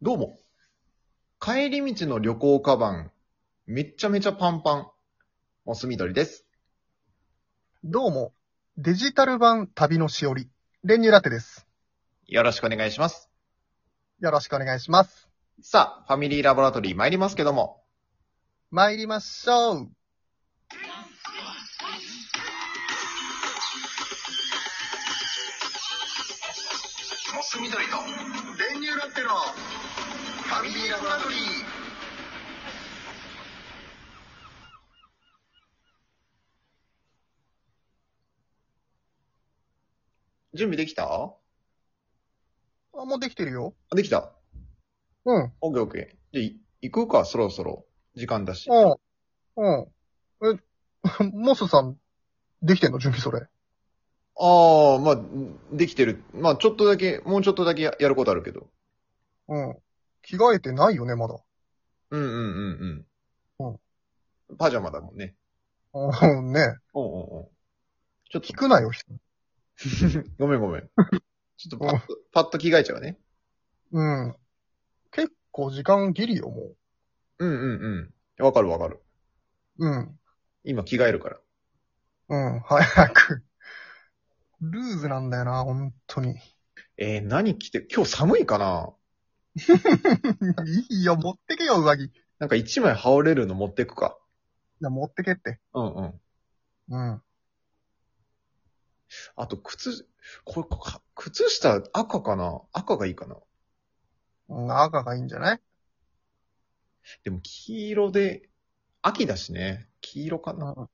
どうも。帰り道の旅行カバン、めっちゃめちゃパンパン。モスみどりです。どうも、デジタル版旅のしおり、練乳ラテです。よろしくお願いします。よろしくお願いします。さあ、ファミリーラボラトリー参りますけども。参りましょう。モスみどりと、練乳ラテの、ファミリーラボラトリー。準備できたああ、もうできてるよ。できた。うん、オッケーオッケー。じゃ、い行くか、そろそろ。時間だし。うん、うん。え、 モスさん、できてんの準備それ。ああ、まあ、できてる。まあ、ちょっとだけ、もうちょっとだけややることあるけど。うん。着替えてないよね、まだ。うんうんうんうん。うん。パジャマだもんね。うん、ねうんうんうん。ちょっと聞、くなよ、人ごめんご めん。ちょっとパッと、パッと着替えちゃうね。うん。結構時間ギリよ、もうんうんうん。わかるわかる。う。うん、今着替えるから。うん、早く。ルーズなんだよな、本当に。えー、何着て、今日寒いかないいよ、持ってけよ、上着。いなんか一枚羽織れるの持ってくか。や、持ってけって。うんうん。うん。あと、靴、これ、か靴下赤かな赤がいいかなうん赤がいいんじゃないでも黄色で、秋だしね。黄色かな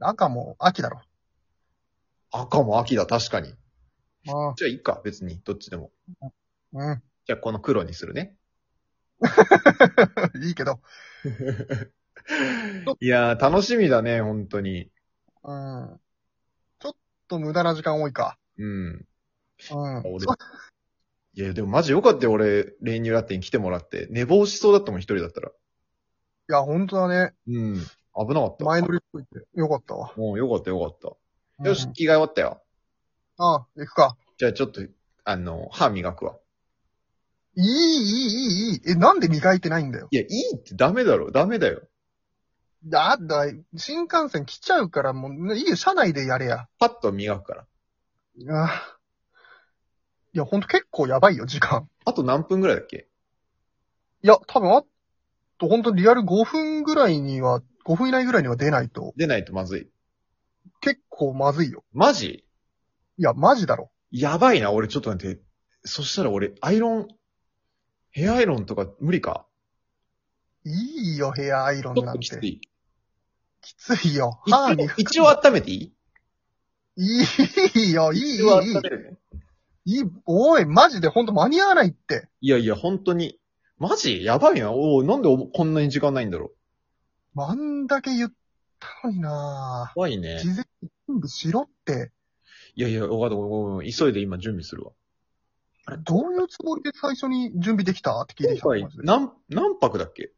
赤も秋だろ。赤も秋だ、確かに。ああ、じゃあいいか、別に、どっちでも。うじゃあこの黒にするね。 ん。いいけど。いやー、楽しみだね、本当に。うん。ちょっと無駄な時間多いか。うん。うん。俺、いや、でもマジよかったよ、俺、練乳ラテに来てもらって。寝坊しそうだったもん、一人だったら。いや、本当だね。うん。危なかった。前乗りっぽいって。よかったわ。もうよかった、よかった。うよんし、着替え終わったよ。ああ、行くか。じゃあちょっと、あの、歯磨くわ。いい、いい、いい、いい。え、なんで磨いてないんだよ。いや、いいってダメだろ、ダメだよ。だ、だ、新幹線来ちゃうから、もう、ねいいよ、車内でやれや。パッと磨くから。ああ。いや、ほんと結構やばいよ、時間。あと何分ぐらいだっけいや、多分あと、ほんとリアル5分ぐらいには、5分以内ぐらいには出ないと、出ないとまずい。結構まずいよ。マジいや、マジだろ。やばいな、俺ちょっと待って。そしたら俺、アイロン、ヘアアイロンとか無理かいいよ、ヘアアイロンちょっなとんきつて。い。きついよ。一歯応に。一応温めていいいいよ、いい、い 一応い、い温めるね。い。いい、おい、マジでほんと間に合わないって。いやいや、本当に。マジやばいな。おおなんでおこんなに時間ないんだろあんだけ言ったのになう。怖いぁ。ね事。前に準備しろって。いやいや、わかったごめんごめん急いで今準備するわ。どういうつもりで最初に準備できたって聞い今てきたの回マジ、で何、何泊だっけ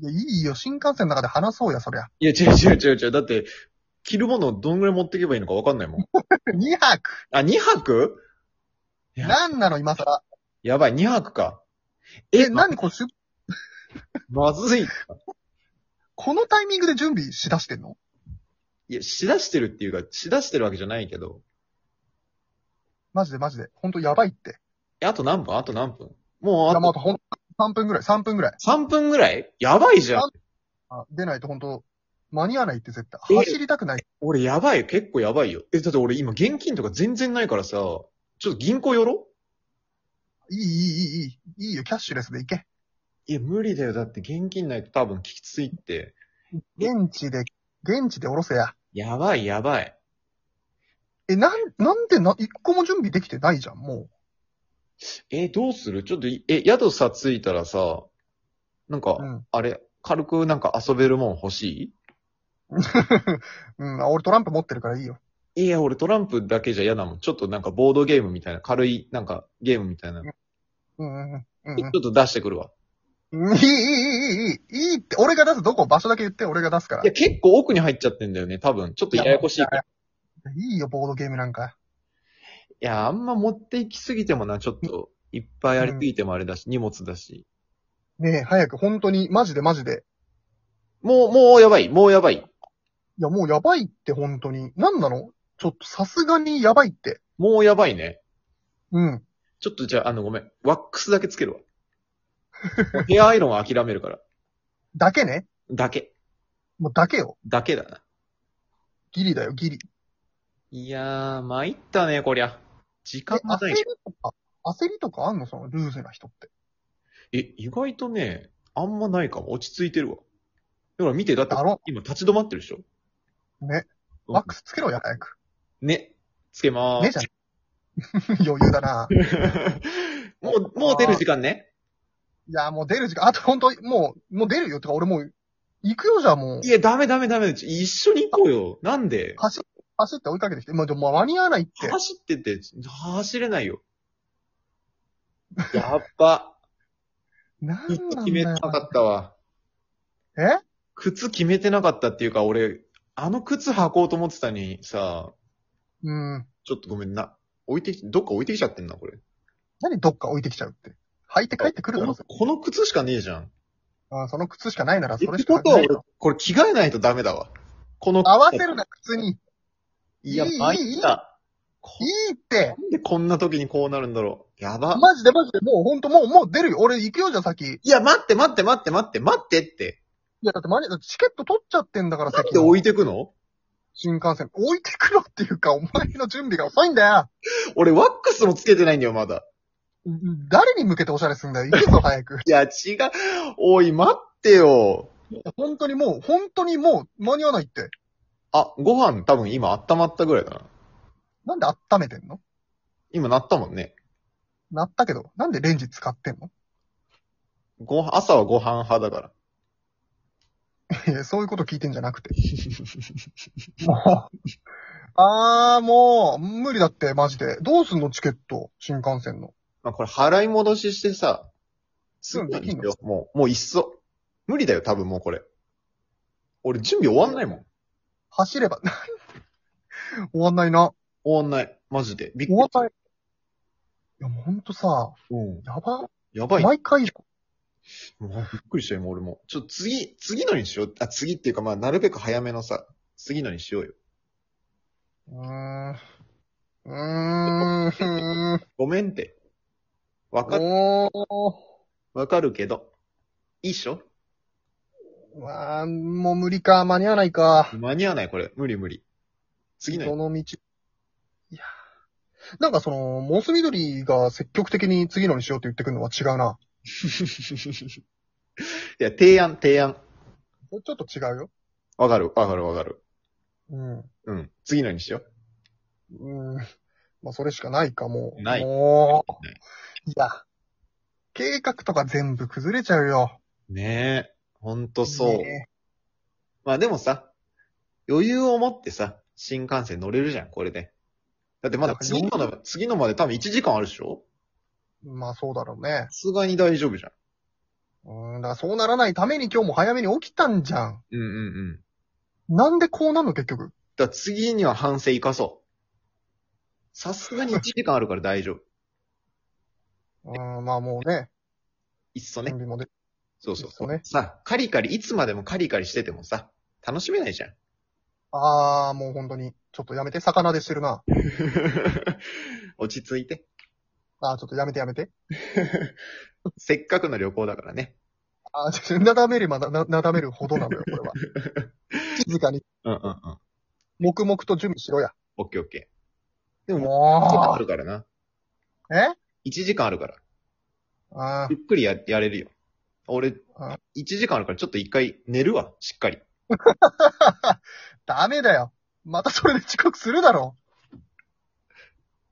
いやいいよ、新幹線の中で話そうや、そりゃ。いや、違う違う違う違う。だって、着るものをどんぐらい持っていけばいいのかわかんないもん。 2泊あ、2泊いやなんなの、今更。やばい、2泊か。え、え、な、何これ、しゅまずい。このタイミングで準備しだしてんのいや、しだしてるっていうか、しだしてるわけじゃないけど。マジでマジで。ほんとやばいって。え、あと何分あと何分もう、いや、まああ、とほんと3分ぐらい、3分ぐらい。 3分ぐらいやばいじゃん。あ出ないと本当間に合わないって絶対。え走りたくない。俺やばいよ。結構やばいよ。え、だって俺今現金とか全然ないからさ、ちょっと銀行寄ろいい、いい、いい、いい、いいよ、キャッシュレスで行け。いや、無理だよ。だって現金ないと多分きついって。現地で、現地で降ろせや。やばいやばい。え、なん、なんでな、一個も準備できてないじゃん、もえ、どうするちょっとい、え、宿さ着いたらさ、なんか、う。うん。 あれ、軽くなんか遊べるもん欲しうん、あ俺トランプ持ってるからいいよ。いいや、俺トランプだけじゃ嫌なもん。ちょっとなんかボードゲームみたいな、軽いなんかゲームみたいな。ちうん、うん、うんょっと出してくるわ。うん。いい、いい、いい、いい、いいって、俺が出すどこ場所だけ言って、俺が出すから。いや、い結構奥に入っちゃってんだよね。多分、ちょっとややこしいから。いよ、ボードゲームなんか。いや、あんま持って行きすぎてもな、ちょっと、いっぱいありすぎてもあれだし、荷物だし。ねえ、早く、本当に、マジでマジで。もう、もうやばい、もうやばい。いや、もうやばいって、本当に。なんなのちょっと、さすがにやばいって。もうやばいね。うん。ちょっとじゃあ、あの、ごめん。ワックスだけつけるわ。もうヘアアイロンは諦めるから。だけね。だけ。もうだけよ。だけだな。ギリだよ、ギリ。いやー、参ったね、こりゃ。時え間が焦なりい。とか、焦りとかあんのその、ルーズな人って。え、意外とね、あんまないかも。落ち着いてるわ。ほら、見て、だってだろ、今立ち止まってるでしょ。ね。うんワックスつけろよ、早く。ね。つけまーねす。じゃん。 余裕だな。い もう、もう出る時間ね。や、もう出る時間、あと本当に、もう、もう出るよ。てか、俺もう、行くよ、じゃあもうい。や、ダメダメダメ。ちょ一緒に行こうよ。なんで走、走って追いかけてきて。まあ、でも間に合わないって。走ってて、走れないよ。やっぱ、なん靴なん決めだてなよ。かったわ。え靴決めてなかったっていうか、俺、あの靴履こうと思ってたのにさ、うん。ちょっとごめんな。置いてき、どっか置いてきちゃってんな、これ。何どっか置いてきちゃうって。履いて帰ってくるだろこ、のこの靴しかねえじゃん。あーその靴しかないなら、えそれってしことか履けはない俺よ。、これ着替えないとダメだわ。この合わせるな、靴に。いや、いい参った。こいいって。なんでこんな時にこうなるんだろう。やば。マジでマジで、もうほんと、もう、もう出るよ。俺行くよ、じゃあ先。いいや、待って待って待って待って待ってって。や、だって間に、だってチケット取っちゃってんだから、なん先での置いてくの新幹線。置いてくろっていうか、お前の準備が遅いんだよ。俺ワックスもつけてないんだよ、まだ。うん誰に向けておしゃれすんだよ。行くぞ、早く。いや、違う。おい、待ってよ。本当にもう、本当にもう、間に合わないって。あ、ご飯多分今温まったぐらいだな。なんで温めてんの今なったもんね。なったけど、なんでレンジ使ってんのご飯、朝はご飯派だから。いやそういうこと聞いてんじゃなくて。もう。あー、もう、無理だって、マジで。どうすんの、チケット。新幹線の。まあ、これ払い戻ししてさ、すぐにしよう。もう、もういっそ。無理だよ、多分もうこれ。俺準備終わんないもん。走れば、 終わんないな。終わんない。マジで。びっくり終わんない。いや、もうほんとさ、うん。やば。やばい。毎回、もうびっくりしたよ、今俺も。ちょ、次、次のにしよう。あ、次っていうか、まあ、なるべく早めのさ、次のにしようよ。うーん。うーん。うーんごめんって。わか、おー。わかるけど。いいっしょまあ、もう無理か。間に合わないか。間に合わない、これ。無理無理。次のどに。の道。いやーなんかその、モス緑が積極的に次のにしようって言ってくるのは違うな。 いや、提案、提案。これちょっと違うよ。わかる、わかる、わかる。うん。ううん。次のにしよーん。まあ、それしかないか、もう。ないも、ないういや。計画とか全部崩れちゃうよ。う。ねえ。ほんとそう。ねまあでもさ、余裕を持ってさ、新幹線乗れるじゃん、これで。だってまだ次のだの、次のまで多分1時間あるでしょえまあ、そうだろうねさ。すがに大丈夫じゃん。うーん、だからそうならないために今日も早めに起きたんじゃん。うんうんうん。だなんでこうなんの結局。から次には反省生かそう。さすがに1時間あるから大丈夫。うーん、まあもうね、いっそ準ね。備もで、そうそうそう。いっそねさ、カリカリ、いつまでもカリカリしててもさ、楽しめない じゃん。あー、もう本当に、ちょっとやめて、魚でしてるな。落ち着いて。 あー、ちょっとやめてやめて。せっかくの旅行だからね。あー、ちょっとなだめればな、ななだめるほどなのよ、これ は。静かに、うんうんうん。黙々と準備しろや。オッケーオッケー。でも、1時間あもるからな。う、え1時間あるから。あゆっくりや、やれるよ。俺あ、 1時間あるからちょっと一回寝るわ、しっかり。ー、ダメだよ。またそれで遅刻するだろ